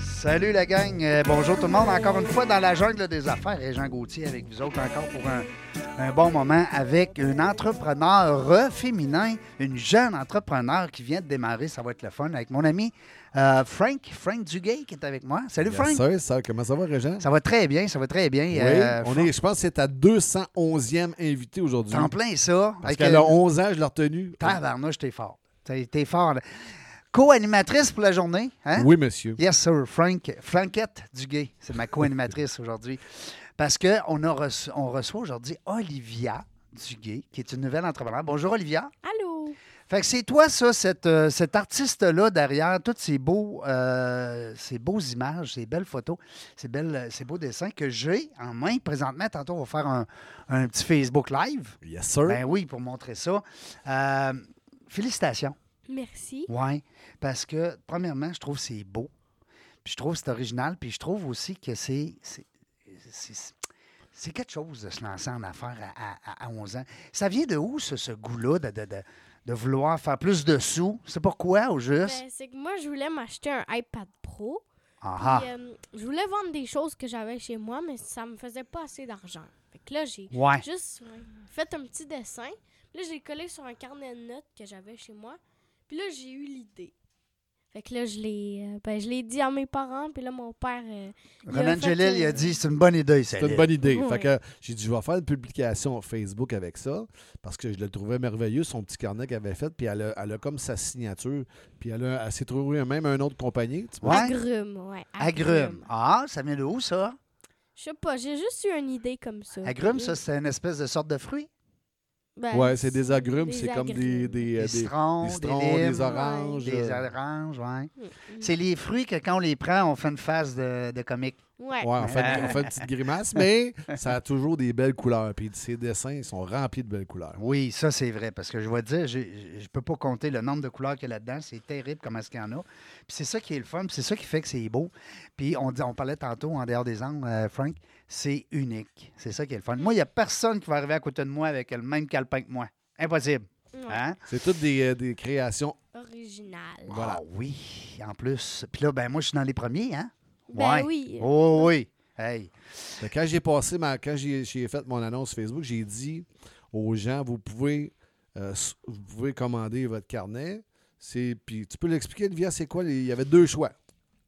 Salut la gang. Euh, bonjour tout le monde. Encore une fois dans la jungle des affaires. Et Jean Gauthier avec vous autres encore pour un, un bon moment avec une entrepreneur féminin, une jeune entrepreneur qui vient de démarrer. Ça va être le fun avec mon ami euh, Frank, Frank Duguay qui est avec moi. Salut Yes, Frank. sir, sir. Comment ça va, Régent? Ça va très bien, ça va très bien. Oui, Euh, on Frank, est, je pense que c'est ta 211e invitée aujourd'hui. t'es en plein ça. Parce Avec, qu'elle euh, a 11 ans, je l'ai retenue. Tabarnouche, t'es fort. T'es t'es fort. là. Co-animatrice pour la journée. Hein? Oui, monsieur. Yes, sir. Frank, Franquette Duguay, c'est ma co-animatrice aujourd'hui. Parce qu'on reçoit, on reçoit aujourd'hui Olivia Duguay, qui est une nouvelle entrepreneur. Bonjour, Olivia. Allô? Fait que c'est toi, ça, cette, euh, cet artiste-là derrière toutes ces beaux, euh, ces beaux images, ces belles photos, ces, belles, euh, ces beaux dessins que j'ai en main présentement. Tantôt, on va faire un, un petit Facebook Live. Yes, sir. Ben oui, pour montrer ça. Euh, félicitations. Merci. Oui, parce que, premièrement, je trouve que c'est beau. Puis je trouve que c'est original. Puis je trouve aussi que c'est. c'est- c'est- C'est quelque chose de se lancer en affaires à, à- à 11 ans. Ça vient de où, ce, ce goût-là de, de, de- de vouloir faire plus de sous? C'est pourquoi, au juste? Ben, c'est que moi, je voulais m'acheter un iPad Pro. Ah Puis, euh, je voulais vendre des choses que j'avais chez moi, mais ça me faisait pas assez d'argent. Fait que là, j'ai ah, ouais. juste ouais, fait un petit dessin. Puis là, j'ai collé sur un carnet de notes que j'avais chez moi. Puis là, j'ai eu l'idée. Fait que là, je l'ai, euh, ben, je l'ai dit à mes parents. Puis là, mon père. euh, il a Renan fait, Gélil, il euh, a dit c'est une bonne idée, C'est celle-là. une bonne idée. Oui. Fait hein. que j'ai dit, je vais faire une publication Facebook avec ça parce que je le trouvais merveilleux, son petit carnet qu'elle avait fait. Puis elle a, elle a comme sa signature. Puis elle, a- elle s'est trouvée même un autre compagnie. tu vois. Ouais. Agrumes, ouais. Agrume. Ah, ça vient de où, ça? Je sais pas, j'ai juste eu une idée comme ça. Agrume, ça, c'est une espèce de sorte de fruit. Ben, Ouais, c'est des agrumes. des C'est comme des, des, agrumes. euh, Des des- citrons, des des, citrons, limes, des oranges. des euh, oranges, ouais. Mm, mm. C'est les fruits que quand on les prend, on fait une phase de, de comique. Ouais. Ouais, on fait, on fait une petite grimace, mais ça a toujours des belles couleurs. Puis ses dessins ils sont remplis de belles couleurs. Oui, ça, c'est vrai. Parce que je vais te dire, j'ai- je ne peux pas compter le nombre de couleurs qu'il y a là-dedans. C'est terrible comment est-ce qu'il y en a. Puis c'est ça qui est le fun. puis c'est ça qui fait que c'est beau. Puis on, dit- on parlait tantôt, en dehors des angles, euh, Frank, c'est unique. C'est ça qui est le fun. Moi, il n'y a personne qui va arriver à côté de moi avec le même calepin que moi. Impossible. Ouais. Hein? C'est toutes des, euh, des créations. Original. Voilà. Ah oui, en plus. Puis là, ben moi, je suis dans les premiers, hein? Ben Ouais. oui. Oh oui. Hey. Fait que quand j'ai passé ma, quand j'ai, j'ai fait mon annonce Facebook, j'ai dit aux gens, vous pouvez, euh, s- vous pouvez commander votre carnet. C'est, puis tu peux l'expliquer, Olivia, c'est quoi? les- il y avait deux choix.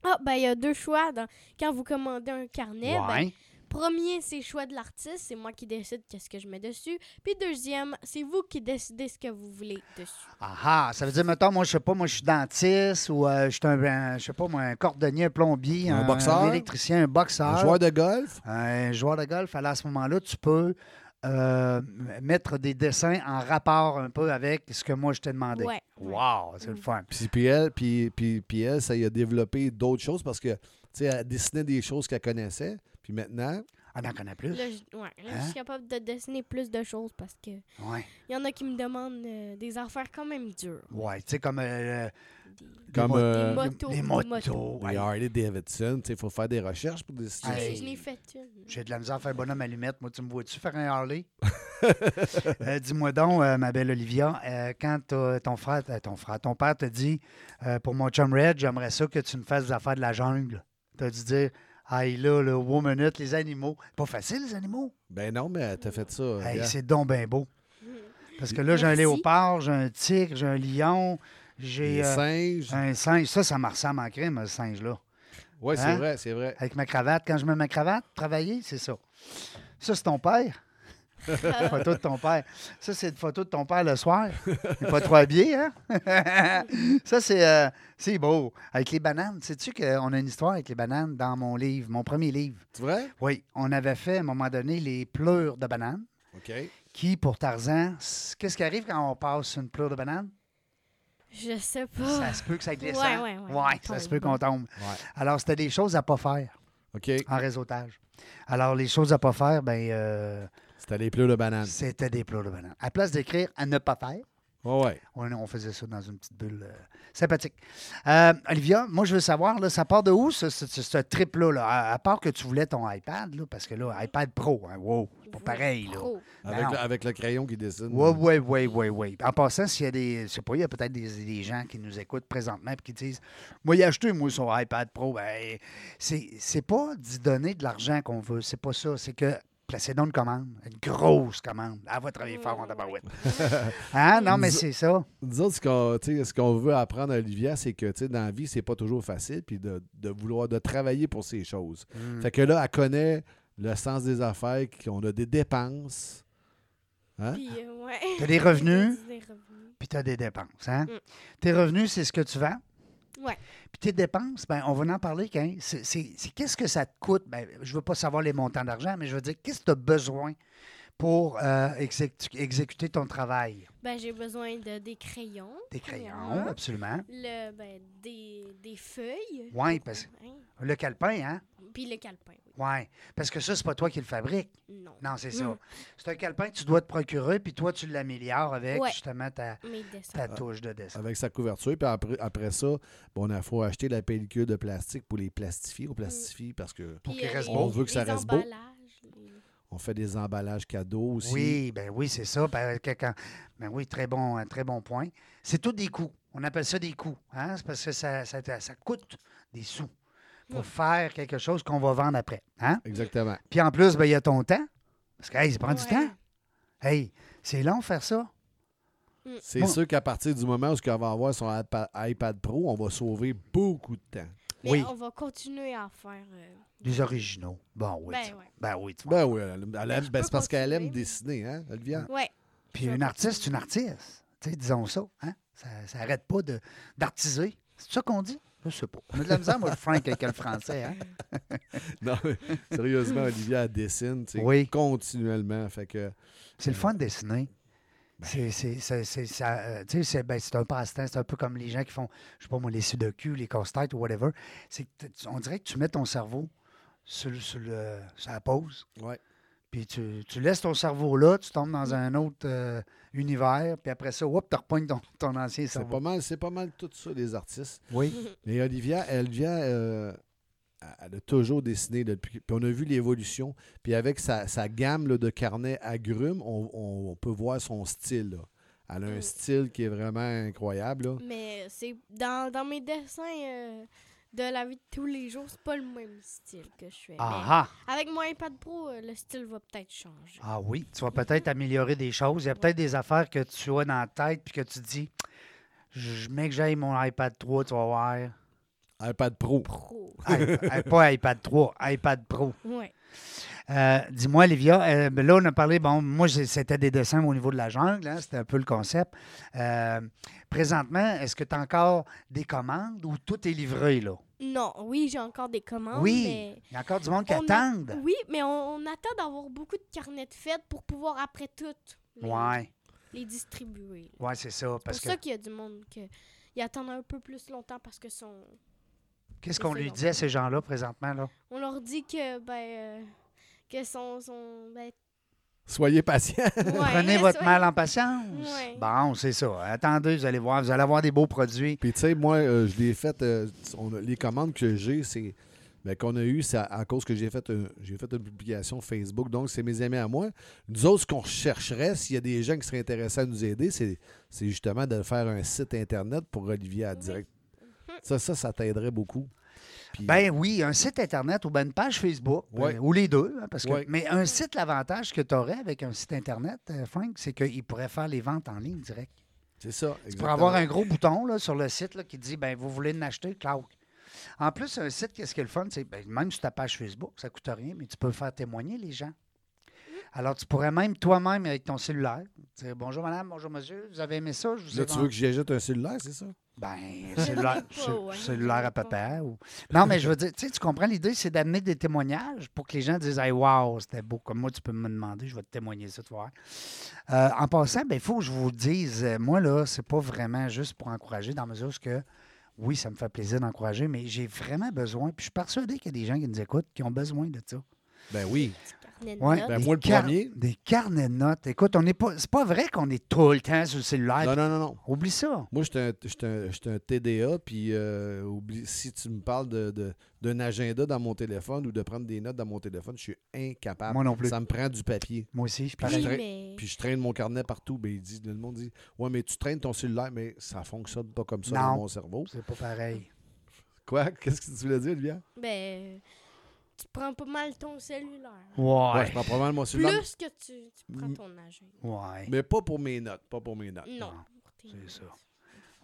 Ah, ben, il y a deux choix. dans- Quand vous commandez un carnet, ben, Ouais. premier, c'est le choix de l'artiste. C'est moi qui décide qu'est-ce que je mets dessus. Puis deuxième, c'est vous qui décidez ce que vous voulez dessus. Ah ah, ça veut dire, mettons, moi, je sais pas, moi, je suis dentiste ou euh, je suis un, un- je sais pas, moi, un cordonnier, un plombier, Un boxeur. électricien, un boxeur, Euh, Un joueur de golf, un joueur de golf. Alors, à ce moment-là, tu peux euh, m- mettre des dessins en rapport un peu avec ce que moi, je t'ai demandé. Ouais. Wow, c'est le fun. puis, puis elle, puis, puis, puis elle, ça y a développé d'autres choses parce que, tu sais, elle dessinait des choses qu'elle connaissait. Puis maintenant, On en connaît Ah, plus. Là, je, ouais, là, je Hein? suis capable de dessiner plus de choses parce que Ouais. il y en a qui me demandent euh, des affaires quand même dures. Ouais, tu sais, comme. euh, le- Des, Comme, les, mo- euh, des motos. les des motos. les ouais. Harley Davidson, il faut faire des recherches pour Je dessiner. l'ai- Hey. Je l'ai fait une. J'ai de la misère à faire bonhomme allumette. Moi, tu me vois-tu faire un Harley? Euh, Dis-moi donc, euh, ma belle Olivia, euh, quand t'as- ton frère, euh, ton frère, ton père te dit euh, pour mon chum Red, j'aimerais ça que tu me fasses des affaires de la jungle. T'as dû dire Aïe là, le wow minute, les animaux. Pas facile, les animaux. Ben non, mais t'as fait ça. Hey, Olivia. c'est donc bien beau. Parce que là, j'ai un Merci. léopard, j'ai un tigre, j'ai un lion, j'ai Les euh, singes. un singe. Ça, ça me ressemble en crime, ce singe-là. Oui, c'est hein? vrai, c'est vrai. Avec ma cravate, quand je mets ma cravate, travailler, c'est ça. Ça, c'est ton père. Une photo de ton père. Ça, c'est une photo de ton père le soir. Il n'est pas trop habillé, hein? ça, c'est euh, c'est beau. Avec les bananes, sais-tu qu'on a une histoire avec les bananes dans mon livre, mon premier livre? C'est vrai? Oui, on avait fait à un moment donné les pleurs de bananes OK. qui, pour Tarzan, c- qu'est-ce qui arrive quand on passe une pleure de banane? Je sais pas. Ça se peut que ça glisse. Ah! Ouais, hein? ouais, ouais, Ouais, on ça se peut qu'on tombe. tombe. Ouais. Alors, c'était des choses à pas faire. OK. En réseautage. Alors, les choses à pas faire, ben, euh, C'était les pleurs de banane. ben, c'était des plats de banane. À place d'écrire à ne pas faire, Ouais, ouais. On, on faisait ça dans une petite bulle euh, sympathique. Euh, Olivia, moi, je veux savoir, là, ça part de où, ce, ce- ce- ce trip-là? là? À, à part que tu voulais ton iPad, là, parce que là, iPad Pro, hein, wow, c'est pas pareil, là. Pro. Avec, Ben Non. le, avec le crayon qui dessine. Oui, oui, oui, oui, oui. En passant, s'il y a des. Je sais pas, il y a peut-être des, des gens qui nous écoutent présentement et qui disent Moi, il a acheté, moi, son iPad Pro. Ben, c'est c'est pas d'y donner de l'argent qu'on veut. C'est pas ça. C'est que placez donc une commande, une grosse commande. Elle va travailler fort en tabarouette. Hein? Non, mais c'est ça. Disons, ce qu'on tu sais, ce qu'on veut apprendre à Olivia, c'est que tu sais, dans la vie, c'est pas toujours facile, puis de, de vouloir de travailler pour ces choses. Mm. Fait que là, elle connaît le sens des affaires, qu'on a des dépenses. Hein? Puis, euh, ouais. T'as des revenus, Des revenus. puis t'as des dépenses. Hein? Mm. Tes revenus, c'est ce que tu vends. Ouais. Puis tes dépenses, ben, on va en parler. Quand, c'est, c'est- c'est qu'est-ce que ça te coûte? Ben, je veux pas savoir les montants d'argent, mais je veux dire, qu'est-ce que tu as besoin pour euh, exécu- exécuter ton travail? Ben, j'ai besoin de des crayons. Tes crayons, premièrement. absolument. Le, ben, des, des feuilles. Ouais, parce- Hein? Le calepin, hein? Puis le calepin, oui. Oui. Parce que ça, c'est pas toi qui le fabrique. Non. Non, c'est ça. Mm. C'est un calepin que tu dois te procurer, puis toi, tu l'améliores avec Ouais. justement ta, Mes dessins. ta touche de dessin. Avec sa couverture, puis après, après ça, bon, il faut acheter la pellicule de plastique pour les plastifier. Mm. On plastifie parce que Pour Puis, qu'il euh, reste les- beau. On veut que ça les reste beau. emballages, les- on fait des emballages cadeaux aussi. Oui, ben oui, c'est ça. Ben, que- quand- ben oui, très bon, un très bon point. C'est tout des coûts. On appelle ça des coûts. Hein? C'est parce que ça, ça, te- ça coûte des sous pour Ouais. faire quelque chose qu'on va vendre après. Hein? Exactement. Puis en plus, ben, il y a ton temps. Parce que, hey, ça prend du Mm. Ouais. temps. Hey, c'est long faire ça. C'est Bon. sûr qu'à partir du moment où elle va avoir son iPad, iPad Pro, on va sauver beaucoup de temps. Mais Oui. on va continuer à en faire. euh, Les originaux. Bon, oui. Ben tu- ouais. ben oui, tu vois. Ben oui, elle- elle aime- je ben, peux c'est parce qu'elle aime continuer. dessiner, hein, Olivia? Ouais. Puis une artiste, une artiste. Tu sais, disons ça. Hein? Ça n'arrête pas de- d'artiser. C'est ça qu'on dit? Je sais pas. On a de la misère, moi, le frank avec le français. Hein? Non, mais sérieusement, Olivia, elle dessine tu sais, Oui. continuellement. Fait que, C'est le fun de dessiner. Ben. C'est- c'est- c'est- c'est- ça, euh, tu sais, c'est ben, c'est un passe-temps. C'est un peu comme les gens qui font, je sais pas moi, les sudoku, les casse-têtes ou whatever. C'est que t- On dirait que tu mets ton cerveau sur, le- sur le, sur la pause. ouais. Puis tu, tu laisses ton cerveau là, tu tombes dans un autre euh, univers, puis après ça, hop, tu repognes ton, ton ancien c'est cerveau. pas mal, c'est pas mal tout ça, les artistes. Oui. Mais Olivia, elle vient, euh, elle a toujours dessiné depuis. Puis on a vu l'évolution. Puis avec sa, sa gamme là, de carnets agrumes, on, on- on peut voir son style. là. Elle a un Mm. style qui est vraiment incroyable. là. Mais c'est dans, dans mes dessins euh, de la vie de tous les jours, c'est pas le même style que je fais. Mais Ah ah! avec mon iPad Pro, euh, le style va peut-être changer. Ah oui, tu vas peut-être améliorer des choses. Il y a peut-être des affaires que tu as dans la tête puis que tu dis, je je mets que j'aille mon iPad 3, tu vas voir. iPad Pro. Pro. iPad- pas iPad 3, iPad Pro. Ouais. Euh, Dis-moi, Olivia, euh, ben là, on a parlé, bon, moi, j'ai- c'était des dessins au niveau de la jungle, hein, c'était un peu le concept. Euh, présentement, est-ce que tu as encore des commandes ou tout est livré, là? Non, oui, j'ai encore des commandes. oui, mais il y a encore du monde qui on a- attend. Oui, mais on, on attend d'avoir beaucoup de carnets de fêtes pour pouvoir après tout les, Ouais, les distribuer. ouais, c'est ça. C'est Parce pour que ça qu'il y a du monde que ils attendent un peu plus longtemps parce que sont qu'est-ce c'est qu'on ça, lui on- dit à ces gens-là présentement, là? on leur dit que ben euh, que son son ben, Soyez patient. Prenez votre mal en patience. Ouais. Bon, c'est ça. Attendez, vous allez voir, vous allez avoir des beaux produits. Puis tu sais, moi, euh, je l'ai fait. euh, on a- les commandes que j'ai, c'est. ben, qu'on a eu, c'est à, à cause que j'ai fait, un- j'ai fait une publication Facebook. Donc, c'est mes amis à moi. Nous autres, ce qu'on rechercherait, s'il y a des gens qui seraient intéressés à nous aider, c'est, c'est justement de faire un site Internet pour Olivier à direct. Ça, ça, ça t'aiderait beaucoup. Puis- Ben oui, un site Internet ou ben une page Facebook, Ouais. euh, ou les deux. hein, parce que, Ouais. Mais un site, l'avantage que tu aurais avec un site Internet, euh, Frank, c'est qu'il pourrait faire les ventes en ligne direct. c'est ça. Tu pourrais avoir un gros bouton là, sur le site là, qui dit ben vous voulez en acheter, clac. En plus, un site, qu'est-ce qui est le fun? C'est ben, même sur ta page Facebook, ça ne coûte rien, mais tu peux faire témoigner les gens. Alors, tu pourrais même toi-même avec ton cellulaire dire Bonjour madame, bonjour monsieur, vous avez aimé ça, je vous ai Là, tu vendu. veux que j'y ajoute un cellulaire, c'est ça? Ben, cellulaire, pas, ce- ouais. cellulaire à papa. Ou... Non, mais je veux dire, tu sais, tu comprends l'idée, c'est d'amener des témoignages pour que les gens disent Hey, wow, c'était beau. Comme moi, tu peux me demander, je vais te témoigner ça, tu vois. Euh, en passant, ben, il faut que je vous dise, euh, moi, là, c'est pas vraiment juste pour encourager, dans la mesure où ce que, oui, ça me fait plaisir d'encourager, mais j'ai vraiment besoin, puis je suis persuadé qu'il y a des gens qui nous écoutent qui ont besoin de ça. Ben oui. carnets de Ouais. notes. Ben, Des moi, le car- premier. Des carnets de notes. Écoute, on n'est pas. C'est pas vrai qu'on est tout le temps sur le cellulaire. Non, non, non, non. Oublie ça. Moi, j'étais un, j'étais un- j'étais un TDA, puis euh, oublie- si tu me parles de- de- d'un agenda dans mon téléphone ou de prendre des notes dans mon téléphone, je suis incapable. Moi non plus. Ça me prend du papier. Moi aussi, je Puis je pareil. Oui, traîne, mais- puis je traîne mon carnet partout. Ben, il dit, le monde dit Ouais, mais tu traînes ton cellulaire, mais ça fonctionne pas comme ça Non. dans mon cerveau. C'est pas pareil. Quoi Qu'est-ce que tu voulais dire, Olivia Ben, tu prends pas mal ton cellulaire. Ouais. Ouais, je prends probablement mon cellulaire. Plus que tu, tu prends Mm. ton agenda. Ouais. Mais pas pour mes notes. Pas pour mes notes. Non. Ah, non, pour tes c'est notes. ça.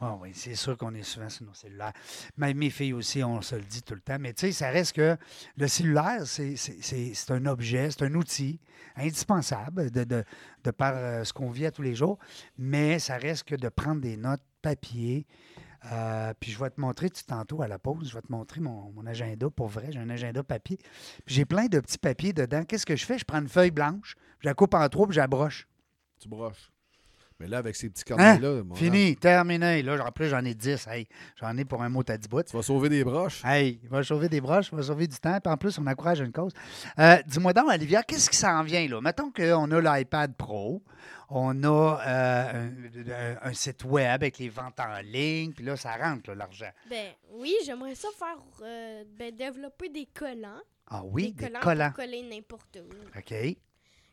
Ah oui, c'est sûr qu'on est souvent sur nos cellulaires. Même mes filles aussi, on se le dit tout le temps. Mais tu sais, ça reste que le cellulaire, c'est- c'est c'est- c'est un objet, c'est un outil indispensable de, de, de par euh, ce qu'on vit à tous les jours. Mais ça reste que de prendre des notes papier. Euh, puis je vais te montrer tu- tantôt à la pause, je vais te montrer mon, mon agenda. Pour vrai, j'ai un agenda papier. Puis j'ai plein de petits papiers dedans. Qu'est-ce que je fais? Je prends une feuille blanche, je la coupe en trois, puis j'abroche. Tu broches. Mais là, avec ces petits carnets-là, mon homme, Hein? Fini, terminé. Là, en plus, j'en ai 10. Hey, j'en ai pour un mot à 10 bouts. tu vas sauver des broches. Hey, il va sauver des broches, il va sauver du temps. Puis en plus, on encourage une cause. Euh, Dis-moi donc, Olivia, qu'est-ce qui s'en vient là? Mettons qu'on a l'iPad Pro, on a euh, un, un- un site web avec les ventes en ligne, puis là, ça rentre là, l'argent. Ben, oui, j'aimerais ça faire. euh, ben, développer des collants. Ah oui, des, collants. collants. Pour coller n'importe où. OK.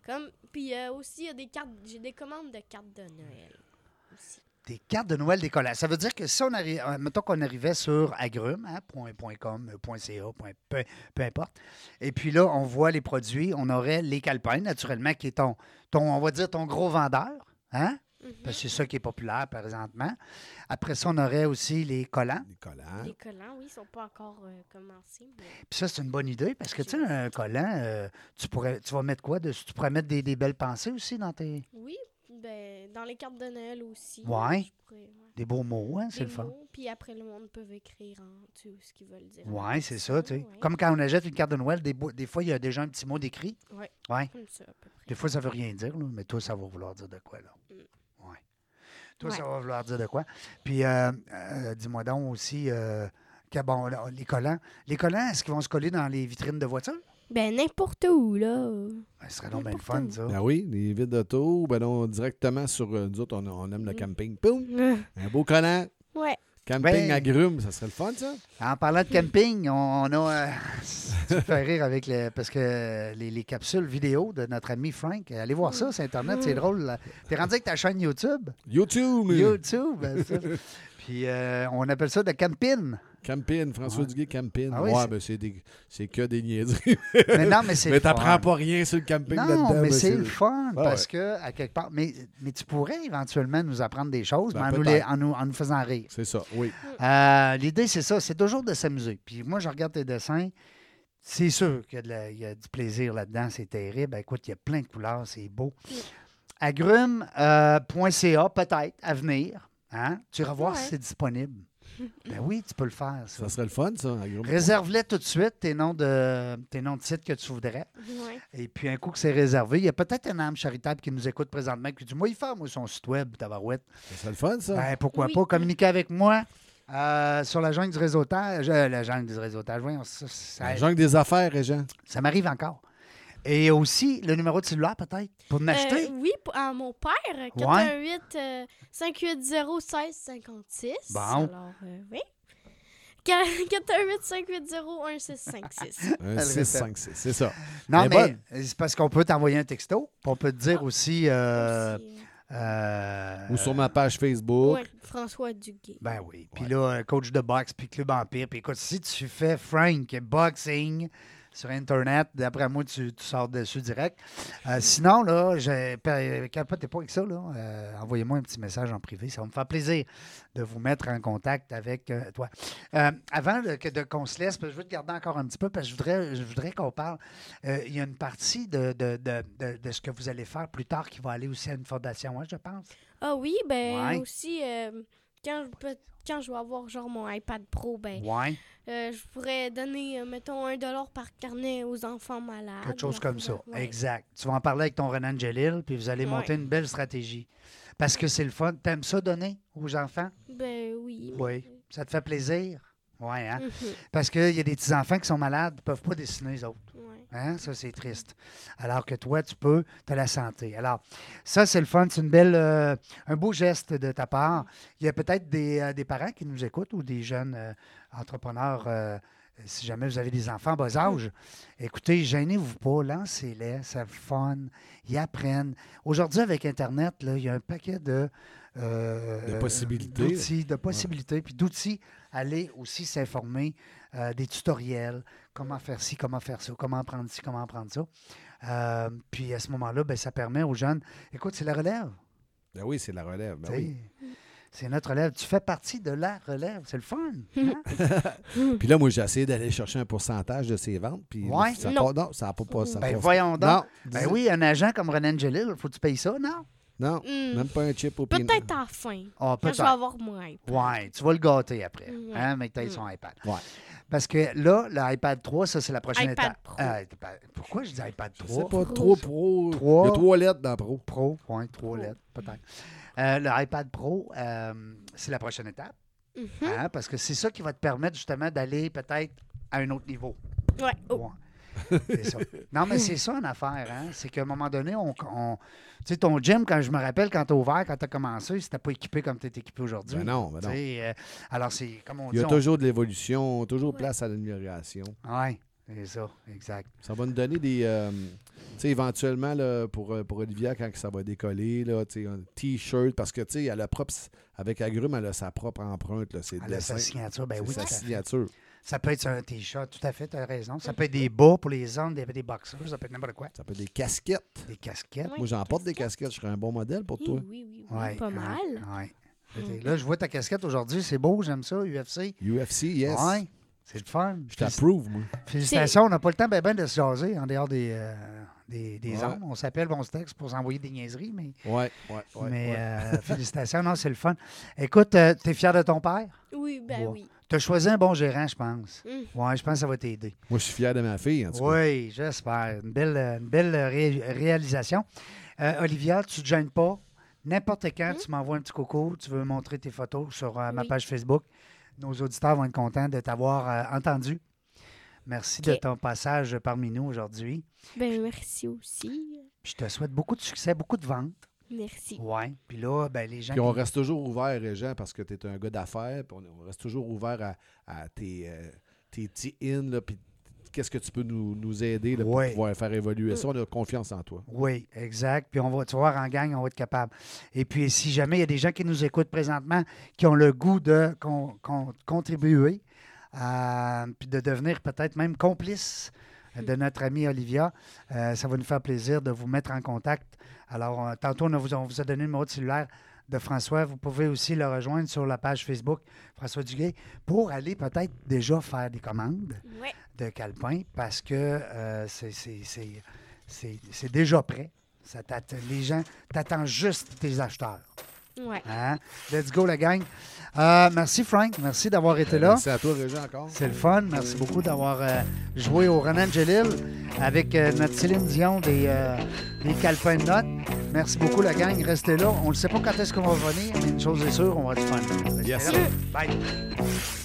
Comme, puis euh, aussi, il y a des cartes. J'ai des commandes de cartes de Noël. Aussi. Des cartes de Noël des collants. Ça veut dire que si on arrive, mettons qu'on arrivait sur agrume, hein, point- point .com, point .ca, point- peu, peu importe, et puis là, on voit les produits, on aurait les calepins, naturellement, qui est ton, ton on va dire, ton gros vendeur, hein? Mhm. Parce que c'est ça qui est populaire présentement. Après ça, on aurait aussi les collants. Des collants. Les collants, oui, ils sont pas encore euh, commencés. mais- Puis ça, c'est une bonne idée parce que, tu sais, un collant, euh, tu, pourrais, tu vas mettre quoi dessus? Tu pourrais mettre des, des belles pensées aussi dans tes. Oui, ben, dans les cartes de Noël aussi. Ouais. je pourrais- ouais. des beaux mots, hein, c'est Des le fun. mots, Puis après, le monde peut écrire en dessous ce qu'ils veulent dire. Oui, c'est ça, tu sais. Ouais, Comme quand on achète une carte de Noël, des, beaux- des fois, il y a déjà un petit mot d'écrit. Ouais. Ouais. comme ça, à peu près. Des fois, ça veut rien dire, là, mais toi, ça va vouloir dire de quoi, là. Ouais. Toi, ça va vouloir dire de quoi. Puis, euh, euh, dis-moi donc aussi, euh, que, bon, là, les collants, les collants, est-ce qu'ils vont se coller dans les vitrines de voitures? Ben, n'importe où, là. Ben, ce serait donc bien le fun, N'importe ça. Ben oui, les vides d'auto, ben non, directement sur euh, nous autres, on, on aime le Mm. camping. Poum! ouais. Un beau collant. Camping Ben- à grume, ça serait le fun, ça? En parlant de camping, on, on a. euh, tu me fais rire avec le. Parce que les, les capsules vidéo de notre ami Frank, allez voir ça sur Internet, c'est drôle. là. T'es rendu avec ta chaîne YouTube? YouTube! YouTube, ben, ça. Puis euh, on appelle ça de camping. Camping, François Ouais. Duguay, camping. Ah oui, ouais, c'est- ben c'est des- c'est que des niaiseries. Mais non, mais c'est mais le fun. t'apprends pas rien sur le camping là-dedans. Non, mais ben, c'est le fun Ah parce ouais. que, à quelque part, mais, mais tu pourrais éventuellement nous apprendre des choses, Ben, mais en nous, les- peut-être. en nous- en nous faisant rire. C'est ça, oui. Euh, L'idée, c'est ça, c'est toujours de s'amuser. Puis moi, je regarde tes dessins. C'est sûr qu'il y, a de la- il y a du plaisir là-dedans, c'est terrible. Ben, Écoute, il y a plein de couleurs, c'est beau. euh, Agrume.ca, peut-être, à venir. Hein? Tu iras voir Ouais. si c'est disponible. ben oui, tu peux le faire, ça. Ça serait le fun, ça, à grume. Réserve-les tout de suite, tes noms de, tes noms de sites que tu voudrais. Ouais. Et puis, un coup que c'est réservé, il y a peut-être un âme charitable qui nous écoute présentement qui dit Moi, il fait, moi, son site web, tabarouette. Ça serait le fun, ça. Ben, pourquoi Oui. pas communiquer avec moi euh, sur la jungle du réseautage. euh, la jungle du réseautage, voyons, ça, ça, La jungle des affaires, Réjean. ça m'arrive encore. Et aussi, le numéro de cellulaire, peut-être, pour m'acheter. Euh, oui, pour- à mon père, 418 euh, 580 1656. Bon. Alors, euh, oui. Qua- 418 580 1656. Un le 6, 5, 6. C'est ça. non, mais mais, bonne. c'est parce qu'on peut t'envoyer un texto. puis On peut te Ah. dire aussi. euh, Aussi, euh, euh, Ou sur ma page Facebook. ouais, François Duguay. Ben oui. Puis Ouais. là, euh, coach de boxe, puis club empire. Puis écoute, si tu fais Frank Boxing sur Internet, d'après moi, tu, tu sors dessus direct. Euh, sinon, là, je pa- capotez pas avec ça. là. Euh, Envoyez-moi un petit message en privé. Ça va me faire plaisir de vous mettre en contact avec euh, toi. Euh, avant de, que- de qu'on se laisse, parce que je veux te garder encore un petit peu, parce que je voudrais, je voudrais qu'on parle. Euh, Il y a une partie de, de, de, de- de ce que vous allez faire plus tard qui va aller aussi à une fondation, hein, je pense. Ah oui, ben Ouais. aussi, euh, quand, je peux- quand je vais avoir genre mon iPad Pro, ben Ouais. euh, je pourrais donner, euh, mettons, un dollar par carnet aux enfants malades. Quelque chose leur comme ça. faire- ouais. Exact. Tu vas en parler avec ton Renan Jalil, puis vous allez Ouais. monter une belle stratégie. Parce que c'est le fun. T'aimes ça donner aux enfants? Ben oui. Oui. Ça te fait plaisir? Ouais, hein? Mhm. Parce qu'il y a des petits-enfants qui sont malades, ne peuvent pas dessiner les autres. Ouais. Hein? Ça, c'est triste. Alors que toi, tu peux, tu as la santé. Alors, ça, c'est le fun. C'est une belle, euh, un beau geste de ta part. Il y a peut-être des, euh, des parents qui nous écoutent ou des jeunes euh, entrepreneurs. euh, si jamais vous avez des enfants en bas âge, écoutez, gênez-vous pas, lancez-les, c'est le fun, ils apprennent. Aujourd'hui, avec Internet, là, il y a un paquet de, euh, De euh, possibilités. d'outils, de possibilités, puis d'outils. Allez aussi s'informer euh, des tutoriels, comment faire ci, comment faire ça, comment prendre ci, comment prendre ça. Euh, puis à ce moment-là, ben, ça permet aux jeunes, écoute, c'est la relève. Ben oui, c'est la relève. Ben tu sais. oui. C'est notre relève. Tu fais partie de la relève. C'est le fun. Ben, hein? Puis là, moi, j'ai essayé d'aller chercher un pourcentage de ses ventes. Puis Ouais. ça part- Non. non, ça n'a pas passé. ben voyons donc. Non, Ben oui, un agent comme René Angelil, faut que tu payes ça, non? Non, Hmm. même pas un chip au pin. Peut-être à la fin. Ah, Quand je vais Mm. peut-être. avoir mon hype. Ouais, tu vas le gâter après. Ouais. Hein, mais que t'aies son iPad. Ouais. Parce que là, l'iPad 3, ça, c'est la prochaine iPad étape. Pro. Ah, iPad- pourquoi je dis iPad 3? C'est pas trop pro. Trois. Il y a trois Ben lettres dans pro. Pro, ouais, trois lettres, Mm. peut-être. Euh, le iPad Pro, euh, c'est la prochaine étape. Mhm. hein, parce que c'est ça qui va te permettre justement d'aller peut-être à un autre niveau. Ouais. Oh. Ouais. C'est ça. Non, mais c'est ça une affaire. Hein? C'est qu'à un moment donné, on, on- tu sais, ton gym, quand je me rappelle, quand t'as ouvert, quand t'as commencé, c'était pas équipé comme t'es équipé aujourd'hui. Ben non, ben Tu non. sais, euh, alors, c'est comme on Il y dit. a on- toujours de l'évolution, toujours place à l'amélioration. Ouais, c'est ça, exact. Ça va nous donner des. euh, tu sais, éventuellement, là, pour, euh, pour Olivia, quand ça va décoller, là, tu sais, un T-shirt, parce que, tu sais, elle a propre. Avec Agrume, elle a sa propre empreinte, là, ses Elle a sa dessins. signature, ben C'est oui, sa tout à fait. signature. Ça peut être sur un t-shirt, tout à fait, tu as raison. Ça peut être des bas pour les hommes, des, des boxers, ça peut être n'importe quoi. Ça peut être des casquettes. Des casquettes. Ouais, Moi, j'en porte des casquettes. Je serais un bon modèle pour Oui, toi. oui, oui, oui, Ouais, pas hein, mal. Mm. ouais. Fait que Là, je vois ta casquette aujourd'hui, c'est beau, j'aime ça, UFC. UFC, yes. Ouais, c'est le fun. Je Félici- t'approuve, moi. Félicitations, on n'a pas le temps ben ben de se jaser en dehors des, euh, des, des Ouais. ondes. On s'appelle, bon, on se texte pour s'envoyer des niaiseries, mais, Ouais, ouais, ouais. mais ouais. euh, félicitations, non, c'est le fun. Écoute, euh, t'es fier de ton père? Oui, ben Ouais. oui. T'as choisi un bon gérant, je pense. Mm. Ouais, je pense que ça va t'aider. Moi, je suis fier de ma fille, en tout cas. Oui, j'espère. Une belle, euh, une belle ré- réalisation. Euh, Olivia, tu ne te gênes pas. N'importe quand, tu m'envoies un petit coucou, tu veux montrer tes photos sur euh, ma Mm. Oui. page Facebook. Nos auditeurs vont être contents de t'avoir euh, entendu. Merci de Ok. ton passage parmi nous aujourd'hui. Ben merci aussi. Je te souhaite beaucoup de succès, beaucoup de ventes. Merci. Oui. Puis là, ben, les gens. Puis on qui- reste toujours ouvert, Régent, parce que tu es un gars d'affaires. Puis on, on reste toujours ouvert à, à tes, euh, tes petits in, là, puis qu'est-ce que tu peux nous, nous aider là, Ouais. pour pouvoir faire évoluer ça. On a confiance en toi. Oui, exact. Puis on va, tu vois, en gang, on va être capable. Et puis, si jamais il y a des gens qui nous écoutent présentement, qui ont le goût de con- con- contribuer, à- puis de devenir peut-être même complice de notre amie Olivia, euh, ça va nous faire plaisir de vous mettre en contact. Alors, euh, tantôt, on a vous, on vous a donné le numéro de cellulaire de François. Vous pouvez aussi le rejoindre sur la page Facebook François Duguay pour aller peut-être déjà faire des commandes Ouais. de Calpin parce que euh, c'est- c'est- c'est c'est- c'est déjà prêt. Ça t'atte- les gens t'attendent juste tes acheteurs. Ouais. hein? Let's go, la gang. Euh, merci, Frank. Merci d'avoir été là. Merci à toi, Régent, encore. C'est le fun. Merci beaucoup d'avoir euh, joué au Renan Angelil avec euh, notre Céline Dion des, euh, des Calpin Notes. Merci beaucoup, la gang. Restez là. On ne sait pas quand est-ce qu'on va venir, mais une chose est sûre, on va être fun. Restez Yes, là. sir. Bye.